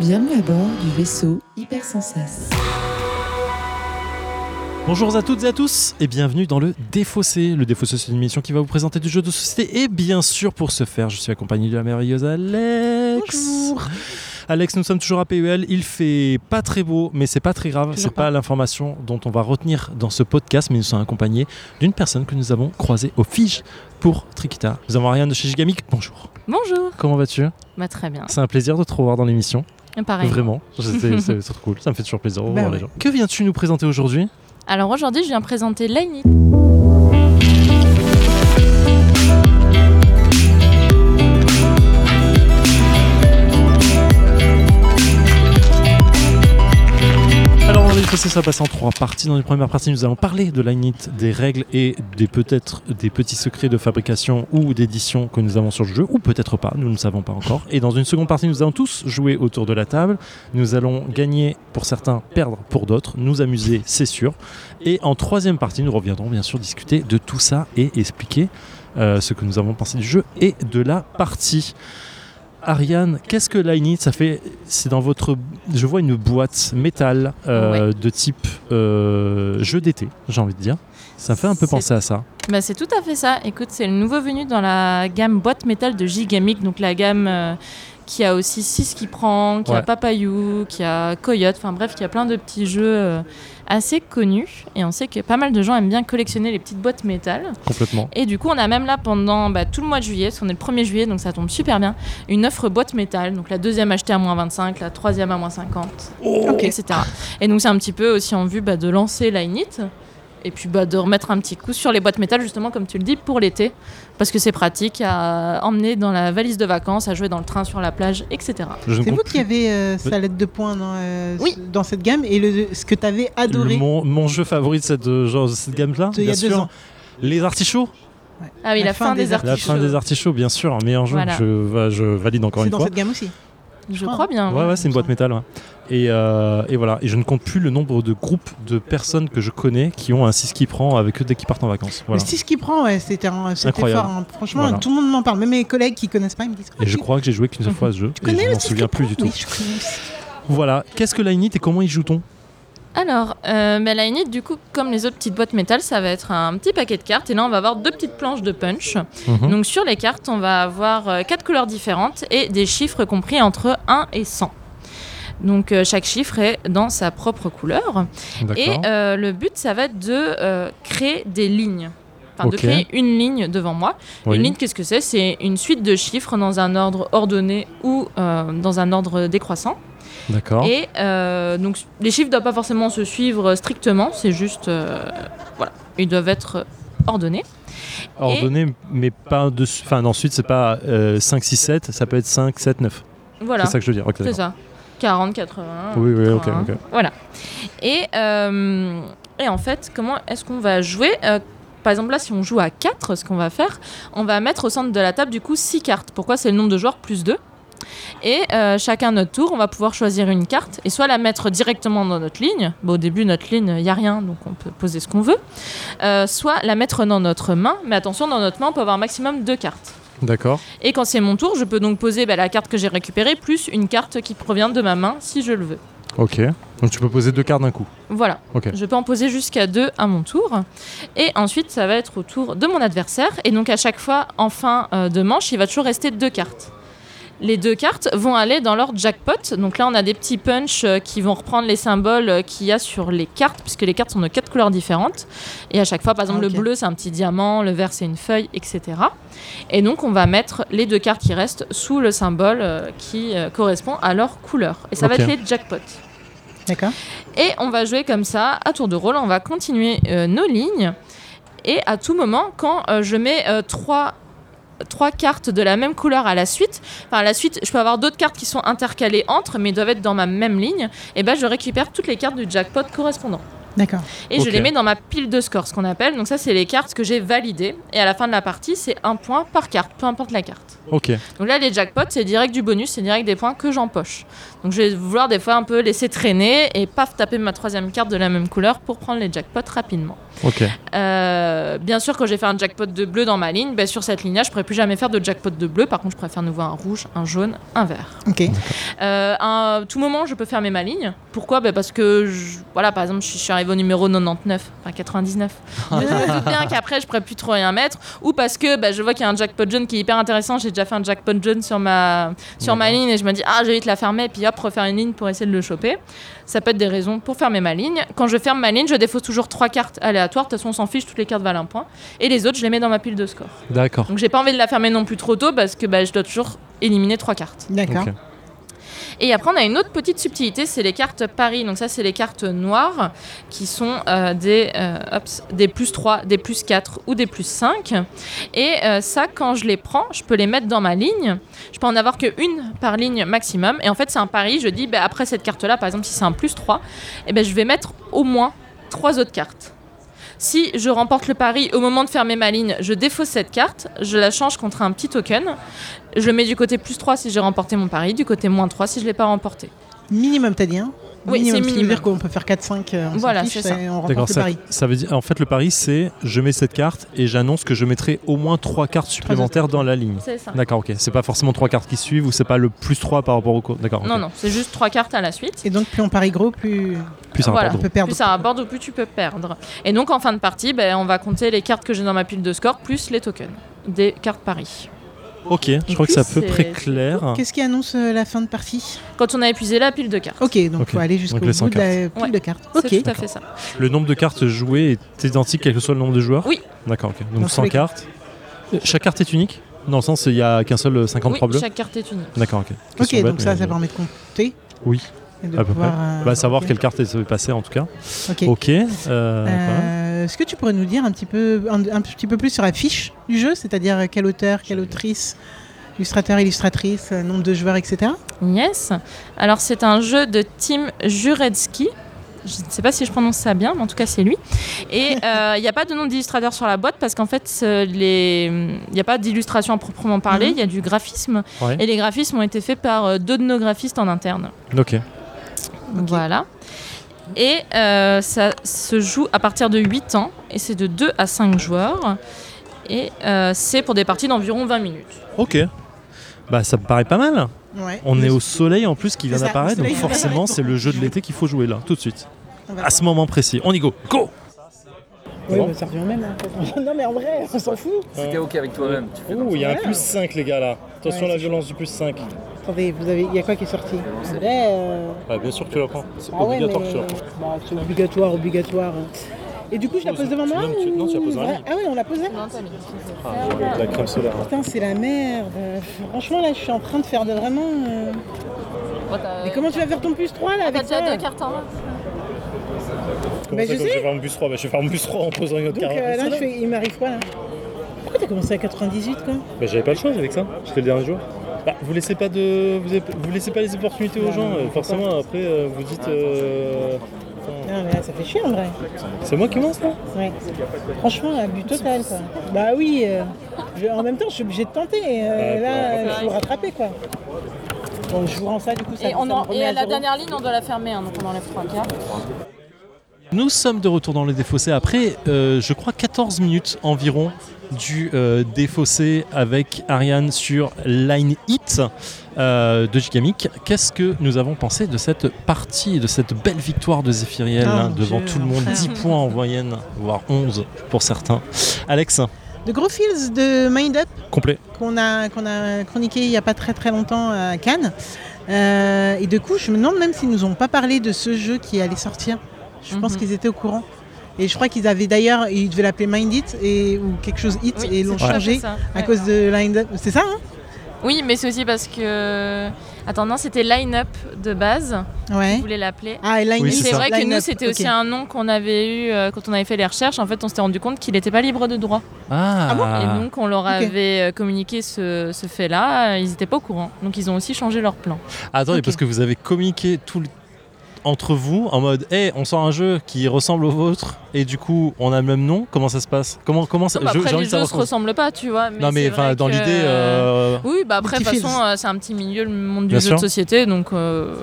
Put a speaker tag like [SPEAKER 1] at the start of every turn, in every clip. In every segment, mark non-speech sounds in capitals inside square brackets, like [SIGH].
[SPEAKER 1] Bienvenue à bord du vaisseau Hypersensas.
[SPEAKER 2] Bonjour à toutes et à tous et bienvenue dans le Défaussé. Le Défaussé, c'est une émission qui va vous présenter du jeu de société et bien sûr, pour ce faire, je suis accompagné de la merveilleuse Alex.
[SPEAKER 1] Bonjour.
[SPEAKER 2] Alex, nous sommes toujours à PUL. Il fait pas très beau, mais c'est pas très grave.
[SPEAKER 1] Toujours
[SPEAKER 2] C'est pas l'information dont on va retenir dans ce podcast, mais nous sommes accompagnés d'une personne que nous avons croisée au Fige pour Trikita. Nous avons Ariane de chez Gigamic. Bonjour.
[SPEAKER 3] Bonjour
[SPEAKER 2] Comment vas-tu
[SPEAKER 3] Bah très bien.
[SPEAKER 2] C'est un plaisir de te revoir dans l'émission.
[SPEAKER 3] Et Pareil.
[SPEAKER 2] Vraiment. C'est c'est- c'est trop cool. Ça me fait toujours plaisir de revoir
[SPEAKER 1] Bah ouais.
[SPEAKER 2] les gens. Que viens-tu nous présenter aujourd'hui
[SPEAKER 3] Alors aujourd'hui, je viens présenter Laini.
[SPEAKER 2] Alors, on est ça passe en trois parties. Dans une première partie, nous allons parler de l'init, des règles et des peut-être des petits secrets de fabrication ou d'édition que nous avons sur le jeu, ou peut-être pas, nous ne le savons pas encore. Et dans une seconde partie, nous allons tous jouer autour de la table. Nous allons gagner pour certains, perdre pour d'autres, nous amuser, c'est sûr. Et en troisième partie, nous reviendrons bien sûr discuter de tout ça et expliquer euh, ce que nous avons pensé du jeu et de la partie. Ariane, qu'est-ce que l'init Ça fait, c'est dans votre, je vois une boîte métal euh, de type euh, jeu d'été, j'ai envie de dire. Ça me fait un peu
[SPEAKER 3] C'est-
[SPEAKER 2] penser à ça.
[SPEAKER 3] Bah c'est tout à fait ça. Écoute, c'est le nouveau venu dans la gamme boîte métal de Gigamic, donc la gamme euh, qui a aussi 6 qui prend, qui a
[SPEAKER 2] Ouais.
[SPEAKER 3] Papayou, qui a Coyote, enfin bref, qui a plein de petits jeux euh, assez connus. Et on sait que pas mal de gens aiment bien collectionner les petites boîtes métal.
[SPEAKER 2] Complètement.
[SPEAKER 3] Et du coup, on a même là pendant bah, tout le mois de juillet, parce qu'on est le 1er juillet, donc ça tombe super bien, une offre boîte métal. Donc la deuxième achetée à moins 25, la troisième à moins 50.
[SPEAKER 1] Ok.
[SPEAKER 3] etc. Et donc c'est un petit peu aussi en vue bah, de lancer Line It et puis bah, de remettre un petit coup sur les boîtes métal justement comme tu le dis pour l'été parce que c'est pratique à emmener dans la valise de vacances, à jouer dans le train sur la plage, etc.
[SPEAKER 2] Je ne
[SPEAKER 4] C'est vous
[SPEAKER 2] compte
[SPEAKER 4] qui avez euh, salade de poing dans, euh,
[SPEAKER 3] Oui.
[SPEAKER 4] ce- dans cette gamme et le, ce que tu avais
[SPEAKER 2] le-
[SPEAKER 4] adoré
[SPEAKER 2] mon, mon jeu favori de cette, euh, genre, de cette gamme-là,
[SPEAKER 4] de il y
[SPEAKER 2] bien
[SPEAKER 4] a deux
[SPEAKER 2] sûr.
[SPEAKER 4] ans.
[SPEAKER 2] Les artichauts,
[SPEAKER 3] Ah oui, la, fin, des
[SPEAKER 2] la
[SPEAKER 3] artichauts.
[SPEAKER 2] fin des artichauts, bien sûr, un meilleur jeu.
[SPEAKER 3] Voilà.
[SPEAKER 2] Je, va- je valide encore
[SPEAKER 4] C'est
[SPEAKER 2] une
[SPEAKER 4] dans
[SPEAKER 2] fois.
[SPEAKER 4] cette gamme aussi.
[SPEAKER 3] Je crois bien.
[SPEAKER 2] Ah. Ouais, ouais, c'est une
[SPEAKER 4] il me
[SPEAKER 2] boîte métal. ouais. Et, euh, et voilà. Et je ne compte plus le nombre de groupes de personnes que je connais qui ont un 6 qui prend avec eux dès qu'ils partent en vacances. Voilà.
[SPEAKER 4] Le 6 qui prend, ouais, c'était un- c'était
[SPEAKER 2] Incroyable.
[SPEAKER 4] fort. hein. Franchement,
[SPEAKER 2] Voilà.
[SPEAKER 4] tout le monde m'en parle. Même mes collègues qui connaissent pas, ils me disent
[SPEAKER 2] Et je
[SPEAKER 4] crois
[SPEAKER 2] crois que j'ai joué
[SPEAKER 3] Mhm.
[SPEAKER 2] qu'une seule fois à ce jeu.
[SPEAKER 4] tu connais
[SPEAKER 2] et je
[SPEAKER 4] le
[SPEAKER 2] m'en
[SPEAKER 4] 6
[SPEAKER 2] souviens
[SPEAKER 4] qui prend
[SPEAKER 2] plus du tout.
[SPEAKER 4] Oui, je connais le 6.
[SPEAKER 2] Voilà. Qu'est-ce que l'init et comment y joue-t-on
[SPEAKER 3] Alors, euh, bah, Line It, du coup, comme les autres petites boîtes métal, ça va être un petit paquet de cartes et là on va avoir deux petites planches de punch.
[SPEAKER 2] Mhm.
[SPEAKER 3] Donc sur les cartes, on va avoir euh, quatre couleurs différentes et des chiffres compris entre 1 et 100. Donc euh, chaque chiffre est dans sa propre couleur. Et
[SPEAKER 2] D'accord.
[SPEAKER 3] euh, le but, ça va être de euh, créer des lignes. Enfin,
[SPEAKER 2] Ok.
[SPEAKER 3] de créer une ligne devant moi.
[SPEAKER 2] Oui.
[SPEAKER 3] Une ligne, qu'est-ce que c'est C'est une suite de chiffres dans un ordre ordonné ou euh, dans un ordre décroissant.
[SPEAKER 2] D'accord.
[SPEAKER 3] Et euh, donc, les chiffres ne doivent pas forcément se suivre strictement, c'est juste. euh, voilà, ils doivent être ordonnés.
[SPEAKER 2] Ordonné, mais pas de. Enfin, ensuite, c'est pas euh, 5, 6, 7, ça peut être 5, 7, 9.
[SPEAKER 3] Voilà.
[SPEAKER 2] C'est ça que je veux dire. Ok,
[SPEAKER 3] C'est Hein.
[SPEAKER 2] d'accord.
[SPEAKER 3] ça. 40, 80.
[SPEAKER 2] Oui, oui, ok,
[SPEAKER 3] 80.
[SPEAKER 2] ok.
[SPEAKER 3] Voilà. Et, euh, et en fait, comment est-ce qu'on va jouer Euh, Par exemple, là, si on joue à 4, ce qu'on va faire, on va mettre au centre de la table, du coup, 6 cartes. Pourquoi C'est le nombre de joueurs plus 2. Et euh, chacun notre tour, on va pouvoir choisir une carte et soit la mettre directement dans notre ligne. Bon, au début, notre ligne, il n'y a rien, donc on peut poser ce qu'on veut. Euh, soit la mettre dans notre main. Mais attention, dans notre main, on peut avoir un maximum deux cartes.
[SPEAKER 2] D'accord.
[SPEAKER 3] Et quand c'est mon tour, je peux donc poser bah, la carte que j'ai récupérée, plus une carte qui provient de ma main si je le veux.
[SPEAKER 2] Ok. Donc, tu peux poser deux cartes d'un coup.
[SPEAKER 3] Voilà.
[SPEAKER 2] Ok.
[SPEAKER 3] Je peux en poser jusqu'à deux à mon tour. Et ensuite, ça va être au tour de mon adversaire. Et donc, à chaque fois, en fin euh, de manche, il va toujours rester deux cartes. Les deux cartes vont aller dans leur jackpot. Donc là, on a des petits punch euh, qui vont reprendre les symboles euh, qu'il y a sur les cartes, puisque les cartes sont de quatre couleurs différentes. Et à chaque fois, par exemple,
[SPEAKER 4] Ah, ok.
[SPEAKER 3] le bleu, c'est un petit diamant, le vert, c'est une feuille, etc. Et donc, on va mettre les deux cartes qui restent sous le symbole euh, qui euh, correspond à leur couleur. Et ça
[SPEAKER 2] Ok.
[SPEAKER 3] va être les jackpots.
[SPEAKER 4] D'accord.
[SPEAKER 3] Et on va jouer comme ça, à tour de rôle, on va continuer euh, nos lignes. Et à tout moment, quand euh, je mets euh, trois, trois cartes de la même couleur à la suite, enfin à la suite, je peux avoir d'autres cartes qui sont intercalées entre, mais doivent être dans ma même ligne, et ben je récupère toutes les cartes du jackpot correspondant.
[SPEAKER 4] D'accord.
[SPEAKER 3] Et je
[SPEAKER 2] Ok.
[SPEAKER 3] les mets dans ma pile de score, ce qu'on appelle. Donc ça, c'est les cartes que j'ai validées. Et à la fin de la partie, c'est un point par carte, peu importe la carte.
[SPEAKER 2] Ok.
[SPEAKER 3] Donc là, les jackpots, c'est direct du bonus, c'est direct des points que j'empoche. Donc je vais vouloir des fois un peu laisser traîner et paf, taper ma troisième carte de la même couleur pour prendre les jackpots rapidement.
[SPEAKER 2] Ok.
[SPEAKER 3] Euh, bien sûr, quand j'ai fait un jackpot de bleu dans ma ligne, ben, sur cette ligne-là, je pourrais plus jamais faire de jackpot de bleu. Par contre, je préfère nous voir un rouge, un jaune, un vert.
[SPEAKER 4] Ok.
[SPEAKER 3] Euh, à tout moment, je peux fermer ma ligne. Pourquoi Ben, Parce que, je- voilà, par exemple, je suis- je suis arrivée au numéro 99, enfin 99. Mais je me doute bien qu'après, je pourrais plus trop rien mettre. Ou parce que ben, je vois qu'il y a un jackpot jaune qui est hyper intéressant. J'ai déjà fait un jackpot jaune sur ma, sur ma
[SPEAKER 2] D'accord.
[SPEAKER 3] ligne et je me dis, ah, j'ai vite la fermer. Et puis hop, refaire une ligne pour essayer de le choper. Ça peut être des raisons pour fermer ma ligne. Quand je ferme ma ligne, je défausse toujours trois cartes aléatoires. De toute façon, on s'en fiche, toutes les cartes valent un point. Et les autres, je les mets dans ma pile de score.
[SPEAKER 2] D'accord.
[SPEAKER 3] Donc j'ai pas envie de la fermer non plus trop tôt parce que ben, je dois toujours éliminer trois cartes.
[SPEAKER 4] D'accord.
[SPEAKER 2] Ok.
[SPEAKER 3] Et après, on a une autre petite subtilité, c'est les cartes Paris. Donc ça, c'est les cartes noires qui sont euh, des, euh, hops, des plus 3, des plus 4 ou des plus 5. Et euh, ça, quand je les prends, je peux les mettre dans ma ligne. Je peux en avoir que une par ligne maximum. Et en fait, c'est un pari. Je dis, bah, après cette carte-là, par exemple, si c'est un plus 3, eh ben, je vais mettre au moins trois autres cartes. Si je remporte le pari au moment de fermer ma ligne, je défausse cette carte, je la change contre un petit token. Je le mets du côté plus 3 si j'ai remporté mon pari, du côté moins 3 si je l'ai pas remporté.
[SPEAKER 4] Minimum, t'as dit, hein
[SPEAKER 3] Oui,
[SPEAKER 4] minimum,
[SPEAKER 3] c'est
[SPEAKER 4] ce qui
[SPEAKER 3] minimum.
[SPEAKER 4] veut dire qu'on peut faire 4-5 euh, on s'en
[SPEAKER 3] Voilà,
[SPEAKER 4] fiche
[SPEAKER 3] c'est ça.
[SPEAKER 4] et on
[SPEAKER 2] D'accord.
[SPEAKER 4] remporte le
[SPEAKER 2] Ça,
[SPEAKER 4] pari.
[SPEAKER 2] ça veut dire. En fait, le pari, c'est je mets cette carte et j'annonce que je mettrai au moins trois cartes supplémentaires dans la ligne.
[SPEAKER 3] C'est ça.
[SPEAKER 2] D'accord. Ok. C'est pas forcément trois cartes qui suivent ou c'est pas le plus 3 par rapport au. co- D'accord. ok.
[SPEAKER 3] Non, non, c'est juste trois cartes à la suite.
[SPEAKER 4] Et donc, plus on parie gros, plus
[SPEAKER 2] Plus un
[SPEAKER 3] Voilà.
[SPEAKER 4] on
[SPEAKER 2] pardon.
[SPEAKER 4] peut perdre.
[SPEAKER 3] Plus ça rapporte, plus tu peux perdre. Et donc en fin de partie, ben, on va compter les cartes que j'ai dans ma pile de score plus les tokens des cartes paris.
[SPEAKER 2] Ok. Je crois que c'est à peu
[SPEAKER 3] C'est-
[SPEAKER 2] près clair.
[SPEAKER 4] Qu'est-ce qui annonce euh, la fin de partie
[SPEAKER 3] Quand on a épuisé la pile de cartes.
[SPEAKER 4] Ok, donc
[SPEAKER 2] Ok.
[SPEAKER 4] faut aller jusqu'au
[SPEAKER 2] Donc, les
[SPEAKER 4] bout de la
[SPEAKER 3] Ouais.
[SPEAKER 4] poule de cartes.
[SPEAKER 3] C'est
[SPEAKER 4] Ok.
[SPEAKER 3] tout à fait ça.
[SPEAKER 2] Le nombre de cartes jouées est identique quel que soit le nombre de joueurs
[SPEAKER 3] Oui.
[SPEAKER 2] D'accord, ok.
[SPEAKER 4] Dans
[SPEAKER 2] Donc
[SPEAKER 4] tous
[SPEAKER 2] 100
[SPEAKER 4] les cas.
[SPEAKER 2] cartes. Euh, Chaque carte est unique Dans le sens, il n'y a qu'un seul euh, 53
[SPEAKER 3] Oui,
[SPEAKER 2] bleus
[SPEAKER 3] chaque carte est unique.
[SPEAKER 2] D'accord, ok.
[SPEAKER 4] Ok,
[SPEAKER 2] Question bête,
[SPEAKER 4] donc ça,
[SPEAKER 2] mais- euh,
[SPEAKER 4] ça permet de compter.
[SPEAKER 2] Oui,
[SPEAKER 4] et de
[SPEAKER 2] à peu près.
[SPEAKER 4] pouvoir, euh,
[SPEAKER 2] Bah, savoir
[SPEAKER 4] ok.
[SPEAKER 2] quelle carte elle se fait passer en tout cas.
[SPEAKER 4] Ok.
[SPEAKER 2] Ok. euh, pas mal.
[SPEAKER 4] Euh, Est-ce que tu pourrais nous dire un petit peu, un, un petit peu plus sur la fiche du jeu, c'est-à-dire euh, quel auteur, quelle autrice, illustrateur, illustratrice, euh, nombre de joueurs, etc.
[SPEAKER 3] Yes. Alors c'est un jeu de Tim Jurecki. Je ne sais pas si je prononce ça bien, mais en tout cas c'est lui.
[SPEAKER 4] [LAUGHS]
[SPEAKER 3] Et euh, il n'y a pas de nom d'illustrateur sur la boîte parce qu'en fait euh, les- il n'y a pas d'illustration à proprement parler,
[SPEAKER 4] Mhm.
[SPEAKER 3] il y a du graphisme.
[SPEAKER 2] Ouais.
[SPEAKER 3] Et les graphismes ont été faits par euh, deux de nos graphistes en interne.
[SPEAKER 2] Ok.
[SPEAKER 4] Ok.
[SPEAKER 3] Voilà. Et euh, ça se joue à partir de 8 ans et c'est de 2 à 5 joueurs. Et euh, c'est pour des parties d'environ 20 minutes.
[SPEAKER 2] Ok. Bah, ça me paraît pas mal.
[SPEAKER 4] Ouais.
[SPEAKER 2] On est au soleil en plus qui vient
[SPEAKER 4] C'est ça,
[SPEAKER 2] d'apparaître, donc
[SPEAKER 4] le soleil vient [LAUGHS]
[SPEAKER 2] forcément,
[SPEAKER 4] d'apparaître.
[SPEAKER 2] c'est le jeu de l'été qu'il faut jouer là, tout de suite.
[SPEAKER 4] On va
[SPEAKER 2] À ce moment précis. On y go. Go
[SPEAKER 4] voir. Ouais, bah, ça revient au même. hein. [LAUGHS] non mais en vrai, on s'en fout.
[SPEAKER 5] T'es ok avec toi-même. Tu fais
[SPEAKER 2] Ouh, il y a
[SPEAKER 4] un plus
[SPEAKER 2] 5 les gars là.
[SPEAKER 4] Attention à la
[SPEAKER 2] violence du plus 5.
[SPEAKER 4] Attendez, vous avez, il y a quoi qui est sorti En vrai, euh,
[SPEAKER 2] Bah, bien sûr que tu la prends. C'est
[SPEAKER 4] ah ouais, mais- bah, c'est obligatoire, obligatoire. Et du coup, je la pose devant
[SPEAKER 2] Tu
[SPEAKER 4] moi
[SPEAKER 2] viens de- tu- non, tu la
[SPEAKER 4] ou-
[SPEAKER 2] poses dans la ligne.
[SPEAKER 4] Ah ouais, on la posait
[SPEAKER 2] La crème solaire. hein.
[SPEAKER 4] Putain, c'est la merde. Euh, Franchement, là, je suis en train de faire de vraiment. euh, Mais comment tu vas faire ton plus 3
[SPEAKER 3] Ah,
[SPEAKER 4] là avec ça
[SPEAKER 3] cartes en main.
[SPEAKER 4] Mais Bah, je sais.
[SPEAKER 2] faire mon bus 3 Je vais faire mon bus 3 en posant une autre Bah,
[SPEAKER 4] Donc euh, là, je fais- il m'arrive quoi là Pourquoi t'as commencé à 98 quoi
[SPEAKER 2] Bah, j'avais pas le choix avec ça, j'étais le dernier joueur. Bah, vous laissez pas de. Vous, avez- vous laissez pas les opportunités
[SPEAKER 4] Bah,
[SPEAKER 2] aux gens, euh, forcément après euh, vous dites euh,
[SPEAKER 4] Non, mais là, ça fait chier en vrai.
[SPEAKER 2] C'est moi qui commence là
[SPEAKER 4] Ouais. Franchement, abus total quoi. Bah oui, euh, je- en même temps, je suis obligé de tenter. euh,
[SPEAKER 2] Ouais,
[SPEAKER 4] là,
[SPEAKER 2] ouais,
[SPEAKER 4] il faut rattraper quoi. Bon, je vous rends ça du coup. Ça,
[SPEAKER 3] Et, on
[SPEAKER 4] ça me
[SPEAKER 3] en-
[SPEAKER 4] remet
[SPEAKER 3] et
[SPEAKER 4] à
[SPEAKER 3] à la
[SPEAKER 4] zéro.
[SPEAKER 3] dernière ligne, on doit la fermer, hein, donc on enlève 3 cartes.
[SPEAKER 2] Nous sommes de retour dans le défaussé après, euh, je crois, 14 minutes environ du euh, défaussé avec Ariane sur Line Hit euh, de Gigamic. Qu'est-ce que nous avons pensé de cette partie, de cette belle victoire de Zephyriel
[SPEAKER 4] Ah,
[SPEAKER 2] hein,
[SPEAKER 4] mon
[SPEAKER 2] devant
[SPEAKER 4] Dieu,
[SPEAKER 2] tout le monde 10
[SPEAKER 4] l'enfer.
[SPEAKER 2] points en moyenne, voire 11 pour certains. Alex,
[SPEAKER 4] De gros fields de Mind Up
[SPEAKER 2] complet.
[SPEAKER 4] qu'on a, qu'on a chroniqué il n'y a pas très très longtemps à Cannes. Euh, et du coup, je me demande même s'ils nous ont pas parlé de ce jeu qui allait sortir. Je pense
[SPEAKER 3] Mhm.
[SPEAKER 4] qu'ils étaient au courant. Et je crois qu'ils avaient d'ailleurs, ils devaient l'appeler Mind It et, ou quelque chose It
[SPEAKER 3] Oui,
[SPEAKER 4] et ils l'ont
[SPEAKER 3] c'est tout à
[SPEAKER 4] changé
[SPEAKER 3] fait ça.
[SPEAKER 4] à
[SPEAKER 3] Ouais.
[SPEAKER 4] cause de Lined Up. C'est ça, hein
[SPEAKER 3] Oui, mais c'est aussi parce que. Attends, non, c'était Line-Up de base,
[SPEAKER 4] Ouais.
[SPEAKER 3] je voulais l'appeler.
[SPEAKER 4] Ah, et
[SPEAKER 2] Oui,
[SPEAKER 4] Lined
[SPEAKER 3] Mais
[SPEAKER 4] It,
[SPEAKER 2] c'est
[SPEAKER 3] c'est
[SPEAKER 2] ça.
[SPEAKER 3] vrai que
[SPEAKER 4] Lined
[SPEAKER 3] nous,
[SPEAKER 4] Up,
[SPEAKER 3] c'était
[SPEAKER 4] ok.
[SPEAKER 3] aussi un nom qu'on avait eu euh, quand on avait fait les recherches. En fait, on s'était rendu compte qu'il n'était pas libre de droit.
[SPEAKER 2] Ah,
[SPEAKER 3] Et donc, on leur
[SPEAKER 4] Ok.
[SPEAKER 3] avait euh, communiqué ce, ce fait-là. euh, Ils n'étaient pas au courant. Donc, ils ont aussi changé leur plan.
[SPEAKER 2] Attendez,
[SPEAKER 4] Ok.
[SPEAKER 2] parce que vous avez communiqué tout le... entre vous en mode hey, on sort un jeu qui ressemble au vôtre et du coup on a le même nom Comment ça se passe Comment comment ça
[SPEAKER 3] Bah,
[SPEAKER 2] je-
[SPEAKER 3] après,
[SPEAKER 2] j'ai
[SPEAKER 3] les
[SPEAKER 2] envie de
[SPEAKER 3] jeux
[SPEAKER 2] savoir
[SPEAKER 3] se
[SPEAKER 2] comment-
[SPEAKER 3] ressemblent pas, tu vois. Mais
[SPEAKER 2] Non mais
[SPEAKER 3] c'est
[SPEAKER 2] enfin
[SPEAKER 3] vrai
[SPEAKER 2] dans
[SPEAKER 3] que-
[SPEAKER 2] l'idée euh,
[SPEAKER 3] Oui, bah après, de
[SPEAKER 4] Petit
[SPEAKER 3] toute
[SPEAKER 4] fils.
[SPEAKER 3] façon, euh, c'est un petit milieu, le monde du
[SPEAKER 2] Bien
[SPEAKER 3] jeu
[SPEAKER 2] sûr.
[SPEAKER 3] de société. Donc, euh,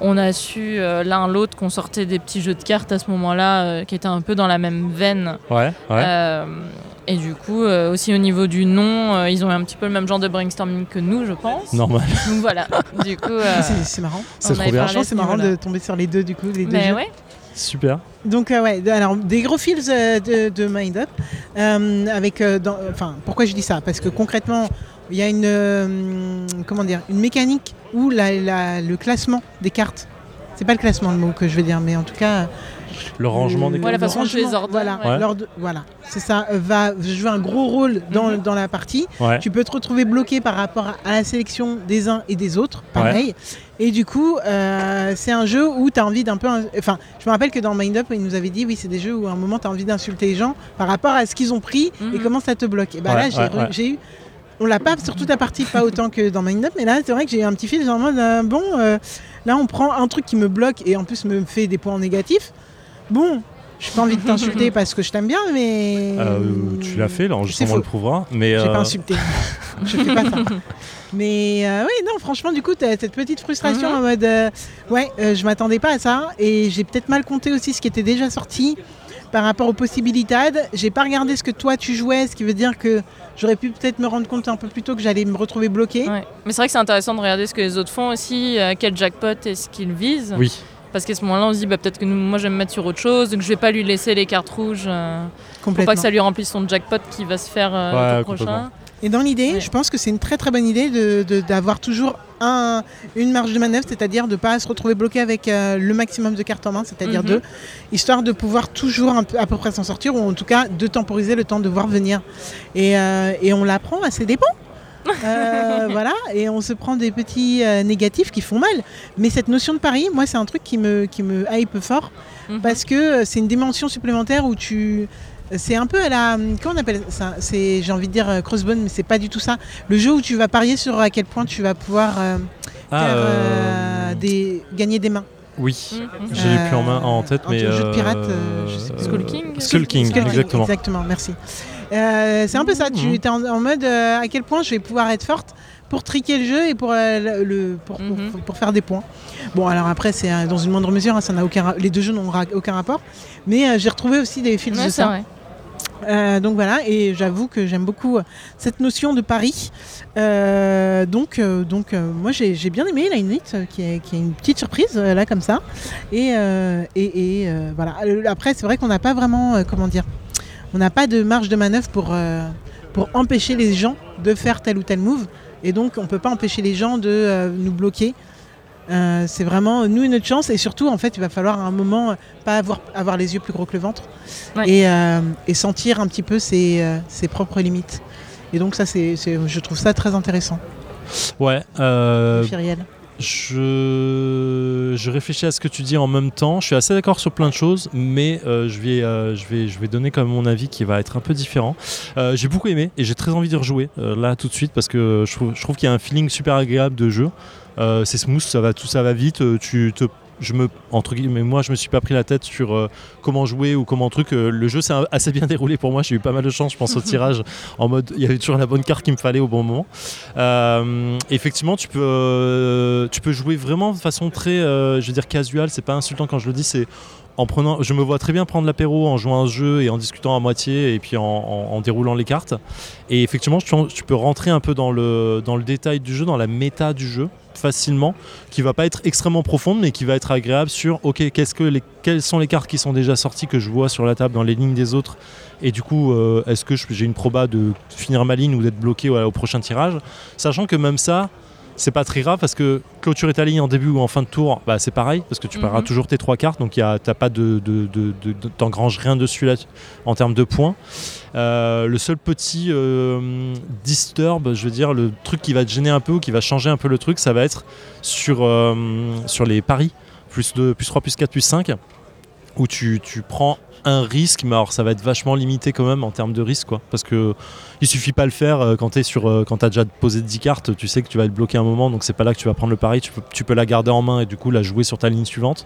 [SPEAKER 3] on a su euh, l'un l'autre qu'on sortait des petits jeux de cartes à ce moment-là, euh, qui étaient un peu dans la même veine.
[SPEAKER 2] ouais ouais.
[SPEAKER 3] Euh, et du coup, euh, aussi au niveau du nom, euh, ils ont un petit peu le même genre de brainstorming que nous, je pense.
[SPEAKER 2] Normal. [LAUGHS]
[SPEAKER 3] Donc voilà. du coup, euh,
[SPEAKER 4] C'est c'est marrant.
[SPEAKER 2] C'est
[SPEAKER 3] on
[SPEAKER 2] trop
[SPEAKER 3] avait
[SPEAKER 2] bien.
[SPEAKER 3] parlé à
[SPEAKER 4] Franchement,
[SPEAKER 3] ce
[SPEAKER 4] c'est marrant
[SPEAKER 3] niveau-là.
[SPEAKER 4] de tomber sur les deux, du coup, les deux
[SPEAKER 3] Mais
[SPEAKER 4] jeux.
[SPEAKER 3] ouais.
[SPEAKER 2] Super.
[SPEAKER 4] Donc, euh, ouais, de- alors, des gros fils euh, de, de Mind Up. euh, avec, euh, dans- enfin, pourquoi je dis ça Parce que concrètement, il y a une, euh, comment dire, une mécanique où la- la- le classement des cartes, c'est pas le classement le mot que je veux dire, mais en tout cas,
[SPEAKER 2] Le rangement des
[SPEAKER 3] Voilà,
[SPEAKER 2] cartes.
[SPEAKER 3] parce- façon dont tu les ordonnes,
[SPEAKER 4] Voilà,
[SPEAKER 2] ouais.
[SPEAKER 4] l'ordre- voilà. c'est ça, euh, va jouer un gros rôle dans,
[SPEAKER 3] Mhm.
[SPEAKER 4] dans la partie.
[SPEAKER 2] Ouais.
[SPEAKER 4] Tu peux te retrouver bloqué par rapport à la sélection des uns et des autres, pareil. Et du coup, euh, c'est un jeu où tu as envie d'un peu. un- Enfin, je me rappelle que dans Mind Up, ils nous avaient dit oui, c'est des jeux où à un moment, tu as envie d'insulter les gens par rapport à ce qu'ils ont pris et
[SPEAKER 3] Mhm.
[SPEAKER 4] comment ça te bloque. Et bah
[SPEAKER 2] Ouais,
[SPEAKER 4] là, j'ai
[SPEAKER 2] ouais,
[SPEAKER 4] re-
[SPEAKER 2] ouais.
[SPEAKER 4] j'ai eu. On l'a pas sur toute la partie, pas autant que dans Mind Up, mais là, c'est vrai que j'ai eu un petit fil genre, en mode, euh, bon, euh, là, on prend un truc qui me bloque et en plus me fait des points négatifs. Bon, j'ai pas envie de t'insulter parce que je t'aime bien, mais.
[SPEAKER 2] Euh, tu l'as fait, l'enregistrement le
[SPEAKER 4] faux.
[SPEAKER 2] prouvera. Mais
[SPEAKER 4] J'ai
[SPEAKER 2] euh,
[SPEAKER 4] pas insulté. [LAUGHS] je fais pas ça. Mais euh, oui, non, franchement, du coup, t'as cette petite frustration
[SPEAKER 3] Mhm.
[SPEAKER 4] en mode euh, ouais, euh, je m'attendais pas à ça et j'ai peut-être mal compté aussi ce qui était déjà sorti par rapport aux possibilités. J'ai pas regardé ce que toi tu jouais, ce qui veut dire que j'aurais pu peut-être me rendre compte un peu plus tôt que j'allais me retrouver bloqué.
[SPEAKER 3] Ouais. Mais c'est vrai que c'est intéressant de regarder ce que les autres font aussi, euh, quel jackpot est-ce qu'ils visent.
[SPEAKER 2] oui.
[SPEAKER 3] Parce qu'à ce moment-là, on se dit bah, peut-être que nous- moi je vais me mettre sur autre chose, donc je vais pas lui laisser les cartes rouges euh, pour
[SPEAKER 4] Complètement.
[SPEAKER 3] pas que ça lui remplisse son jackpot qui va se faire euh,
[SPEAKER 2] Ouais,
[SPEAKER 3] le prochain.
[SPEAKER 4] Et dans l'idée,
[SPEAKER 3] Ouais.
[SPEAKER 4] je pense que c'est une très très bonne idée de- de- d'avoir toujours un, une marge de manœuvre, c'est-à-dire de ne pas se retrouver bloqué avec euh, le maximum de cartes en main, c'est-à-dire
[SPEAKER 3] Mhm.
[SPEAKER 4] deux, histoire de pouvoir toujours un peu- à peu près s'en sortir, ou en tout cas de temporiser le temps de voir venir. Et, euh, et on l'apprend à
[SPEAKER 3] [LAUGHS]
[SPEAKER 4] ses dépens. Euh, voilà, et on se prend des petits euh, négatifs qui font mal. Mais cette notion de pari, moi, c'est un truc qui me, qui me hype fort
[SPEAKER 3] Mhm.
[SPEAKER 4] parce que euh, c'est une dimension supplémentaire où tu euh, c'est un peu à la comment on appelle ça c'est j'ai envie de dire euh, crossbone mais c'est pas du tout ça le jeu où tu vas parier sur à quel point tu vas pouvoir euh,
[SPEAKER 2] Ah,
[SPEAKER 4] faire,
[SPEAKER 2] euh,
[SPEAKER 4] euh, des gagner des mains
[SPEAKER 2] oui.
[SPEAKER 3] Mhm.
[SPEAKER 2] J'ai
[SPEAKER 4] Euh,
[SPEAKER 2] plus en main en tête,
[SPEAKER 4] un
[SPEAKER 2] mais
[SPEAKER 4] jeu de pirate,
[SPEAKER 2] euh,
[SPEAKER 4] euh, je sais plus.
[SPEAKER 3] Skull King
[SPEAKER 2] Skull King,
[SPEAKER 4] Skull King,
[SPEAKER 2] exactement.
[SPEAKER 4] exactement merci Euh, c'est un peu ça tu
[SPEAKER 2] Mhm.
[SPEAKER 4] es en, en mode euh, à quel point je vais pouvoir être forte pour triquer le jeu et pour euh, le pour, pour-
[SPEAKER 3] Mhm.
[SPEAKER 4] pour- pour faire des points bon alors après c'est euh, dans une moindre mesure hein, ça n'a aucun ra- les deux jeux n'ont ra- aucun rapport mais euh, j'ai retrouvé aussi des fils
[SPEAKER 3] Ouais,
[SPEAKER 4] de
[SPEAKER 3] c'est
[SPEAKER 4] ça
[SPEAKER 3] vrai.
[SPEAKER 4] Euh, donc voilà, et j'avoue que j'aime beaucoup euh, cette notion de pari. Euh, donc, euh, donc euh, moi j'ai j'ai bien aimé la Inuit, euh, qui est, qui est une petite surprise euh, là comme ça. Et, euh, et, et, euh, voilà. Euh, Après, c'est vrai qu'on n'a pas vraiment, euh, comment dire, on n'a pas de marge de manœuvre pour, euh, pour empêcher les gens de faire tel ou tel move. Et donc, on peut pas empêcher les gens de euh, nous bloquer. Euh, c'est vraiment nous notre chance et surtout en fait il va falloir à un moment euh, pas avoir, avoir les yeux plus gros que le ventre
[SPEAKER 3] Ouais.
[SPEAKER 4] et, euh, et sentir un petit peu ses, euh, ses propres limites et donc ça c'est c'est- je trouve ça très intéressant
[SPEAKER 2] Ouais. euh,
[SPEAKER 4] Firiel.
[SPEAKER 2] Je... je réfléchis à ce que tu dis en même temps. Je suis assez d'accord sur plein de choses, mais euh, je, vais, euh, je, vais, je vais donner quand même mon avis qui va être un peu différent. Euh, j'ai beaucoup aimé et j'ai très envie de rejouer euh, là tout de suite parce que je trouve, je trouve qu'il y a un feeling super agréable de jeu. Euh, c'est smooth, ça va, tout ça va vite. euh, tu te je me entre guillemets moi je me suis pas pris la tête sur euh, comment jouer ou comment truc Euh, le jeu s'est un- assez bien [LAUGHS] déroulé pour moi j'ai eu pas mal de chance je pense au tirage en mode il y avait toujours la bonne carte qu'il me fallait au bon moment euh, effectivement, tu peux, euh, tu peux jouer vraiment de façon très, euh, je veux dire, casual. C'est pas insultant quand je le dis. C'est en prenant, je me vois très bien prendre l'apéro en jouant à un jeu et en discutant à moitié et puis en, en- en déroulant les cartes. Et effectivement, tu, tu peux rentrer un peu dans le, dans le détail du jeu, dans la méta du jeu facilement, qui va pas être extrêmement profonde, mais qui va être agréable sur ok, qu'est-ce que les, quelles sont les cartes qui sont déjà sorties que je vois sur la table dans les lignes des autres, et du coup, euh, est-ce que je- j'ai une proba de finir ma ligne ou d'être bloqué voilà, au prochain tirage, sachant que même ça, c'est pas très grave parce que clôturer ta ligne en début ou en fin de tour, bah, c'est pareil parce que tu pareras
[SPEAKER 3] Mhm.
[SPEAKER 2] toujours tes trois cartes, donc il y a- t'as pas de, de- de- de- de- t'engranges rien dessus là, en termes de points. Euh, le seul petit euh, disturb, je veux dire, le truc qui va te gêner un peu ou qui va changer un peu le truc, ça va être sur, euh, sur les paris, plus 2, plus 3, plus 4, plus 5, où tu, tu prends un risque, mais alors ça va être vachement limité quand même en termes de risque, quoi. Parce que il suffit pas le faire euh, quand t'es sur, euh, quand t'as déjà posé 10 cartes, tu sais que tu vas être bloqué un moment, donc c'est pas là que tu vas prendre le pari. Tu peux, tu peux la garder en main et du coup la jouer sur ta ligne suivante.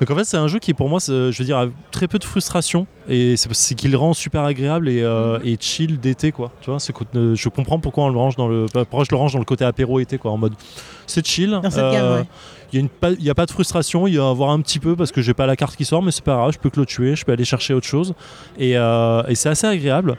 [SPEAKER 2] Donc en fait, c'est un jeu qui pour moi, c'est- je veux dire, a très peu de frustration et c'est c'est qu'il rend super agréable et, euh, et chill d'été, quoi. Tu vois, c'est co- euh, je comprends pourquoi on le range dans le, pas- pourquoi je le range dans le côté apéro été, quoi, en mode c'est chill. euh,
[SPEAKER 4] Dans cette gamme, ouais.
[SPEAKER 2] Il n'y a, une pa- il y a pas de frustration, il y a à avoir un petit peu parce que j'ai pas la carte qui sort, mais c'est pas grave, je peux clôturer, je peux aller chercher autre chose. Et, euh, et c'est assez agréable.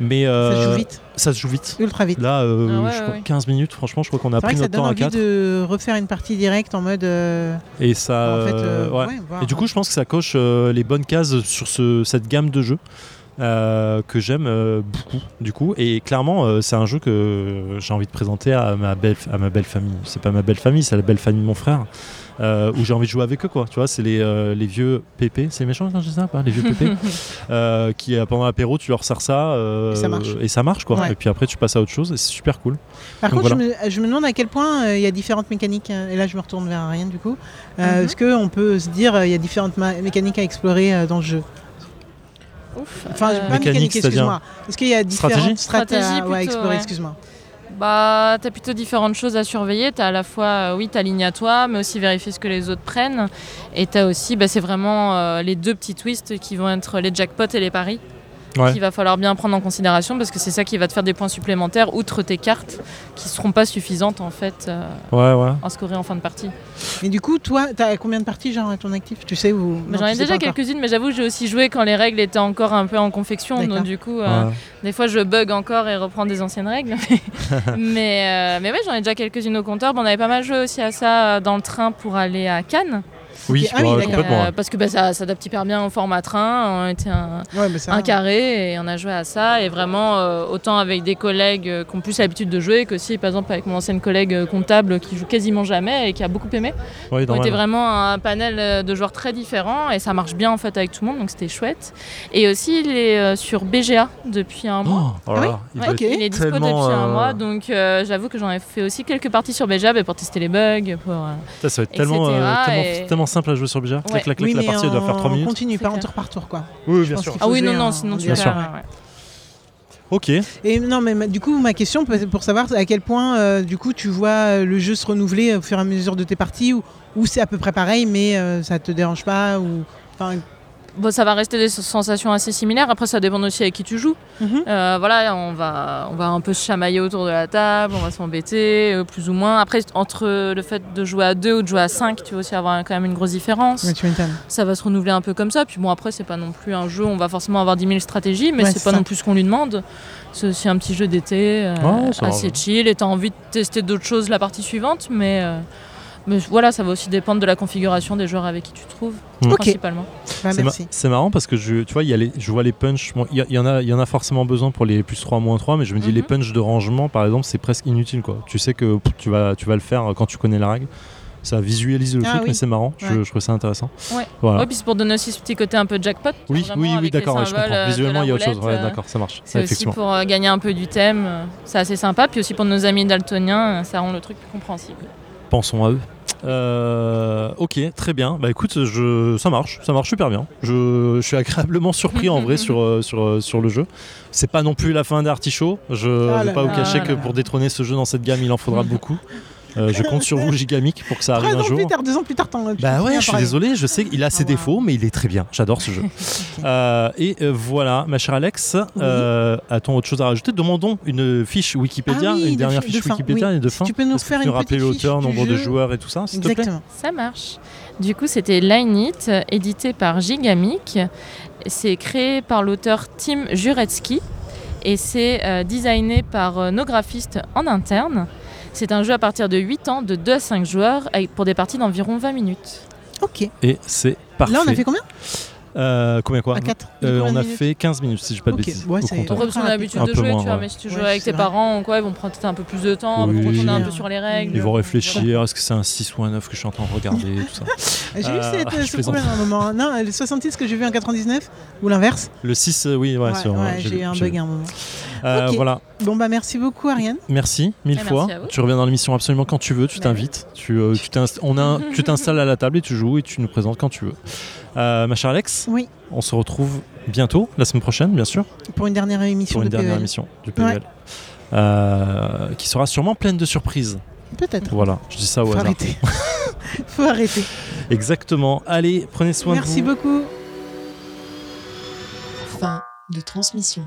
[SPEAKER 2] Mais
[SPEAKER 4] Ça se
[SPEAKER 2] euh,
[SPEAKER 4] joue vite,
[SPEAKER 2] ça se joue vite.
[SPEAKER 4] ultra vite.
[SPEAKER 2] Là, euh,
[SPEAKER 3] Ah ouais,
[SPEAKER 2] je
[SPEAKER 3] ouais,
[SPEAKER 2] crois
[SPEAKER 3] ouais.
[SPEAKER 2] 15 minutes, franchement, je crois qu'on a
[SPEAKER 4] C'est
[SPEAKER 2] pris
[SPEAKER 4] vrai que ça
[SPEAKER 2] notre
[SPEAKER 4] donne
[SPEAKER 2] temps à
[SPEAKER 4] envie
[SPEAKER 2] 4.
[SPEAKER 4] de refaire une partie directe en mode. euh,
[SPEAKER 2] Et ça.
[SPEAKER 4] en fait,
[SPEAKER 2] euh,
[SPEAKER 4] euh,
[SPEAKER 2] ouais.
[SPEAKER 4] ouais, voir.
[SPEAKER 2] Et du coup, je pense que ça coche euh, les bonnes cases sur ce- cette gamme de jeux euh, que j'aime euh, beaucoup. Du coup, et clairement, euh, c'est un jeu que j'ai envie de présenter à ma belle, à ma belle famille. C'est pas ma belle famille, c'est la belle famille de mon frère. euh, où j'ai envie de jouer avec eux quoi tu vois c'est les, euh, les vieux pépés c'est méchant quand je dis ça pas les vieux pépés
[SPEAKER 4] [LAUGHS]
[SPEAKER 2] euh, qui euh, pendant l'apéro tu leur sers ça euh,
[SPEAKER 4] Et ça marche.
[SPEAKER 2] et ça marche quoi
[SPEAKER 4] Ouais.
[SPEAKER 2] et puis après tu passes à autre chose et c'est super cool
[SPEAKER 4] Par
[SPEAKER 2] Donc
[SPEAKER 4] contre, je, me, je me demande à quel point euh, il y a différentes mécaniques, euh, et là je me retourne vers rien du coup. Euh,
[SPEAKER 3] Mhm.
[SPEAKER 4] Est-ce qu'on peut se dire euh, il y a différentes ma- mécaniques à explorer euh, dans le jeu
[SPEAKER 3] Ouf.
[SPEAKER 4] Enfin,
[SPEAKER 3] Euh,
[SPEAKER 4] pas mécaniques,
[SPEAKER 2] Mécanique, c'est-à-dire
[SPEAKER 4] excuse-moi. Est-ce qu'il y a différentes stratégies
[SPEAKER 3] Stratégie
[SPEAKER 4] à
[SPEAKER 3] plutôt,
[SPEAKER 4] explorer
[SPEAKER 3] ouais.
[SPEAKER 4] excuse-moi.
[SPEAKER 3] Bah, t'as plutôt différentes choses à surveiller. T'as à la fois, euh, oui, ta ligne à toi, mais aussi vérifier ce que les autres prennent. Et t'as aussi, bah, c'est vraiment euh, les deux petits twists qui vont être les jackpots et les paris.
[SPEAKER 2] Ouais.
[SPEAKER 3] Qu'il va falloir bien prendre en considération parce que c'est ça qui va te faire des points supplémentaires outre tes cartes qui seront pas suffisantes en fait euh,
[SPEAKER 2] ouais ouais
[SPEAKER 3] à scorer en fin de partie.
[SPEAKER 4] Mais du coup, toi, t'as combien de parties genre à ton actif Tu sais où
[SPEAKER 3] Mais J'en ai déjà quelques-unes, mais j'avoue, j'ai aussi joué quand les règles étaient encore un peu en confection.
[SPEAKER 4] D'accord.
[SPEAKER 3] Donc, du coup, euh,
[SPEAKER 2] Ouais.
[SPEAKER 3] Des fois, je bug encore et reprends des
[SPEAKER 2] [LAUGHS]
[SPEAKER 3] anciennes règles. mais, euh, mais ouais, j'en ai déjà quelques-unes au compteur. Bon, on avait pas mal joué aussi à ça euh, dans le train pour aller à Cannes.
[SPEAKER 2] oui,
[SPEAKER 4] Ok, ah oui,
[SPEAKER 2] ouais,
[SPEAKER 4] d'accord.
[SPEAKER 2] complètement
[SPEAKER 3] Euh,
[SPEAKER 2] ouais.
[SPEAKER 3] parce que bah, ça s'adapte hyper bien au format train. On était un,
[SPEAKER 4] Ouais, mais ça,
[SPEAKER 3] un carré et on a joué à ça. Et vraiment, euh, autant avec des collègues euh, qui ont plus l'habitude de jouer que si, par exemple, avec mon ancienne collègue euh, comptable qui joue quasiment jamais et qui a beaucoup aimé.
[SPEAKER 2] Ouais,
[SPEAKER 3] On était
[SPEAKER 2] normal.
[SPEAKER 3] vraiment un panel euh, de joueurs très différents et ça marche bien en fait avec tout le monde, donc c'était chouette. Et aussi, il est euh, sur BGA depuis un mois.
[SPEAKER 2] Oh, oh là
[SPEAKER 4] Ah oui
[SPEAKER 2] là, il
[SPEAKER 3] Ouais,
[SPEAKER 2] doit
[SPEAKER 4] Ok.
[SPEAKER 3] Il est dispo depuis
[SPEAKER 2] tellement,
[SPEAKER 3] un
[SPEAKER 2] euh,
[SPEAKER 3] mois, donc euh, j'avoue que j'en ai fait aussi quelques parties sur Bejab pour tester les bugs. Pour, euh,
[SPEAKER 2] Ça, ça va être tellement,
[SPEAKER 3] etc.,
[SPEAKER 2] euh, tellement,
[SPEAKER 3] et-
[SPEAKER 2] tellement simple à jouer sur Bija. Clac,
[SPEAKER 3] Ouais.
[SPEAKER 2] clac, clac,
[SPEAKER 4] Oui,
[SPEAKER 2] la
[SPEAKER 4] mais
[SPEAKER 2] partie elle doit faire 3
[SPEAKER 4] en
[SPEAKER 2] minutes.
[SPEAKER 4] continu,
[SPEAKER 3] C'est
[SPEAKER 4] pas en
[SPEAKER 3] clair.
[SPEAKER 4] tour par tour quoi.
[SPEAKER 2] Oui,
[SPEAKER 4] Je pense qu'il
[SPEAKER 3] Ah oui, non,
[SPEAKER 4] jouer hein,
[SPEAKER 3] non,
[SPEAKER 4] en-
[SPEAKER 3] sinon
[SPEAKER 4] en
[SPEAKER 3] tu
[SPEAKER 2] Bien
[SPEAKER 3] peux
[SPEAKER 2] sûr.
[SPEAKER 3] faire, ouais, ouais.
[SPEAKER 2] Ok.
[SPEAKER 4] Et non, mais ma- du coup, ma question, peut- pour savoir à quel point, euh, du coup, tu vois euh, le jeu se renouveler au fur et à mesure de tes parties, ou, ou c'est à peu près pareil, mais euh, ça te dérange pas, ou. Enfin,
[SPEAKER 3] Bon, ça va rester des sensations assez similaires. Après, ça dépend aussi avec qui tu joues.
[SPEAKER 4] Mhm.
[SPEAKER 3] Euh, voilà, on va, on va un peu se chamailler autour de la table, on va s'embêter, euh, plus ou moins. Après, entre le fait de jouer à deux ou de jouer à cinq, tu vas aussi avoir quand même une grosse différence.
[SPEAKER 4] ouais, tu m'étonnes.
[SPEAKER 3] Ça va se renouveler un peu comme ça. Puis bon, après, c'est pas non plus un jeu, où on va forcément avoir 10 000 stratégies, mais
[SPEAKER 4] Ouais,
[SPEAKER 3] c'est
[SPEAKER 4] c'est
[SPEAKER 3] pas
[SPEAKER 4] ça.
[SPEAKER 3] non plus ce qu'on lui demande. C'est aussi un petit jeu d'été, euh,
[SPEAKER 2] Ouais, ça
[SPEAKER 3] assez
[SPEAKER 2] va.
[SPEAKER 3] chill, et t'as envie de tester d'autres choses la partie suivante, mais, euh, mais voilà, ça va aussi dépendre de la configuration des joueurs avec qui tu te trouves,
[SPEAKER 2] Mm.
[SPEAKER 4] Ok.
[SPEAKER 3] principalement.
[SPEAKER 4] Bah,
[SPEAKER 2] C'est ma-
[SPEAKER 4] merci.
[SPEAKER 2] c'est marrant parce que je, tu vois, il y a les, je vois les punchs. Bon, Il y, a- il y en a, il y en a forcément besoin pour les plus 3, moins 3, mais je me dis
[SPEAKER 3] Mhm.
[SPEAKER 2] les punchs de rangement, par exemple, c'est presque inutile. Quoi. Tu sais que pff, tu vas, tu vas le faire euh, quand tu connais la règle. Ça visualise le
[SPEAKER 4] Ah
[SPEAKER 2] truc,
[SPEAKER 4] oui.
[SPEAKER 2] mais c'est marrant. Je,
[SPEAKER 4] Ouais.
[SPEAKER 2] je trouve ça intéressant.
[SPEAKER 3] Ouais.
[SPEAKER 2] Voilà.
[SPEAKER 3] Ouais, puis c'est pour donner aussi ce petit côté un peu jackpot.
[SPEAKER 2] Ah. oui,
[SPEAKER 3] vraiment,
[SPEAKER 2] oui, oui,
[SPEAKER 3] avec les
[SPEAKER 2] d'accord, ouais, je
[SPEAKER 3] symboles, euh,
[SPEAKER 2] comprends.
[SPEAKER 3] de
[SPEAKER 2] Visuellement,
[SPEAKER 3] la
[SPEAKER 2] il y a autre chose.
[SPEAKER 3] roulette,
[SPEAKER 2] Ouais,
[SPEAKER 3] euh,
[SPEAKER 2] d'accord, ça marche.
[SPEAKER 3] C'est aussi
[SPEAKER 2] effectivement.
[SPEAKER 3] pour euh, gagner un peu du thème, euh, c'est assez sympa. Puis aussi pour nos amis daltoniens, euh, ça rend le truc plus compréhensible.
[SPEAKER 2] Pensons à eux. Euh, ok, très bien. Bah écoute, je, ça marche, ça marche super bien. Je, je suis agréablement surpris en vrai sur, euh, sur, euh, sur le jeu. C'est pas non plus la fin d'Artichaut. Je
[SPEAKER 4] Ah
[SPEAKER 2] ne vais
[SPEAKER 4] là
[SPEAKER 2] pas vous
[SPEAKER 3] là.
[SPEAKER 2] cacher
[SPEAKER 3] Ah
[SPEAKER 2] que
[SPEAKER 3] là
[SPEAKER 2] pour
[SPEAKER 4] là.
[SPEAKER 2] détrôner ce jeu dans cette gamme, il en faudra beaucoup. Euh, je compte sur
[SPEAKER 4] [LAUGHS]
[SPEAKER 2] vous, Gigamic, pour que ça
[SPEAKER 4] Trois
[SPEAKER 2] arrive un
[SPEAKER 4] ans
[SPEAKER 2] jour.
[SPEAKER 4] plus tard, deux ans plus tard, t'en. tu
[SPEAKER 2] Bah
[SPEAKER 4] te souviens
[SPEAKER 2] ouais, je suis
[SPEAKER 4] pareil.
[SPEAKER 2] désolé, je sais qu'il a ses
[SPEAKER 4] Ah, wow.
[SPEAKER 2] défauts, mais il est très bien. J'adore ce
[SPEAKER 4] [LAUGHS]
[SPEAKER 2] jeu. Euh, et euh, voilà, ma chère Alex, euh, a-t-on autre chose à rajouter Demandons une fiche Wikipédia,
[SPEAKER 4] Ah oui,
[SPEAKER 2] une
[SPEAKER 4] de
[SPEAKER 2] dernière
[SPEAKER 4] fi-
[SPEAKER 2] fiche
[SPEAKER 4] de fin,
[SPEAKER 2] Wikipédia
[SPEAKER 4] oui.
[SPEAKER 2] et de
[SPEAKER 4] Si
[SPEAKER 2] fin.
[SPEAKER 4] tu peux nous
[SPEAKER 2] Est-ce que
[SPEAKER 4] faire
[SPEAKER 2] tu
[SPEAKER 4] une
[SPEAKER 2] rappelles
[SPEAKER 4] petite
[SPEAKER 2] l'auteur,
[SPEAKER 4] fiche du
[SPEAKER 2] nombre de
[SPEAKER 4] jeu
[SPEAKER 2] joueurs et tout ça, s'il te plaît
[SPEAKER 4] Exactement.
[SPEAKER 3] Ça marche. Du coup, c'était Line It, euh, édité par Gigamic. C'est créé par l'auteur Tim Juretsky et c'est euh, designé par euh, nos graphistes en interne. C'est un jeu à partir de 8 ans, de 2 à 5 joueurs, avec- pour des parties d'environ 20 minutes.
[SPEAKER 4] Ok.
[SPEAKER 2] Et c'est parfait.
[SPEAKER 4] Là, on a fait combien
[SPEAKER 2] Euh, combien quoi
[SPEAKER 4] À 4
[SPEAKER 2] Euh, On a fait 15 minutes, si je dis pas de
[SPEAKER 4] Ok,
[SPEAKER 2] bêtises.
[SPEAKER 4] ouais,
[SPEAKER 2] au
[SPEAKER 4] c'est-
[SPEAKER 2] compteur.
[SPEAKER 4] Ouais,
[SPEAKER 3] Comme si on a l'habitude
[SPEAKER 2] un
[SPEAKER 3] de
[SPEAKER 2] peu
[SPEAKER 3] jouer,
[SPEAKER 2] moins,
[SPEAKER 3] tu vois,
[SPEAKER 2] ouais.
[SPEAKER 3] mais si tu
[SPEAKER 4] Ouais,
[SPEAKER 3] joues avec
[SPEAKER 4] c'est
[SPEAKER 3] tes
[SPEAKER 4] vrai.
[SPEAKER 3] parents, ou quoi, ils vont prendre peut-être un peu plus de temps,
[SPEAKER 2] Oui.
[SPEAKER 3] ils vont retourner un peu
[SPEAKER 4] Ils
[SPEAKER 3] sur les règles.
[SPEAKER 2] Ils vont
[SPEAKER 3] Voilà.
[SPEAKER 2] réfléchir, est-ce que c'est un 6 ou un 9 que je suis en train de regarder tout ça.
[SPEAKER 4] J'ai eu
[SPEAKER 2] Euh, [LAUGHS]
[SPEAKER 4] cette-
[SPEAKER 2] je
[SPEAKER 4] ce
[SPEAKER 2] plaisante.
[SPEAKER 4] problème à un moment. hein. Non, le 66 que j'ai vu en 99, ou l'inverse.
[SPEAKER 2] Le 6, euh, oui, ouais, c'est-
[SPEAKER 4] ouais,
[SPEAKER 2] j'ai
[SPEAKER 4] j'ai eu
[SPEAKER 2] vu,
[SPEAKER 4] un
[SPEAKER 2] j'ai
[SPEAKER 4] bug
[SPEAKER 2] vu.
[SPEAKER 4] à un moment.
[SPEAKER 2] Euh,
[SPEAKER 4] Ok.
[SPEAKER 2] Voilà,
[SPEAKER 4] Bon, bah merci beaucoup, Ariane.
[SPEAKER 2] merci mille
[SPEAKER 3] Ah, merci
[SPEAKER 2] fois.
[SPEAKER 3] à vous.
[SPEAKER 2] Tu reviens dans l'émission absolument quand tu veux, tu
[SPEAKER 3] Bah,
[SPEAKER 2] t'invites, tu euh, tu t'inst- on a un- tu t'installes à la table et tu joues et tu nous présentes quand tu veux. Euh, ma chère Alex,
[SPEAKER 4] Oui,
[SPEAKER 2] on se retrouve bientôt, la semaine prochaine bien sûr,
[SPEAKER 4] pour une dernière émission
[SPEAKER 2] pour une
[SPEAKER 4] de E
[SPEAKER 2] dernière
[SPEAKER 4] PEL.
[SPEAKER 2] émission du PVL. Euh, qui sera sûrement pleine de surprises.
[SPEAKER 4] Peut-être.
[SPEAKER 2] Voilà, je dis ça au
[SPEAKER 4] Faut
[SPEAKER 2] hasard.
[SPEAKER 4] arrêter. [LAUGHS] Faut arrêter.
[SPEAKER 2] Exactement. Allez, prenez soin de vous.
[SPEAKER 4] Merci beaucoup.
[SPEAKER 1] Fin de transmission.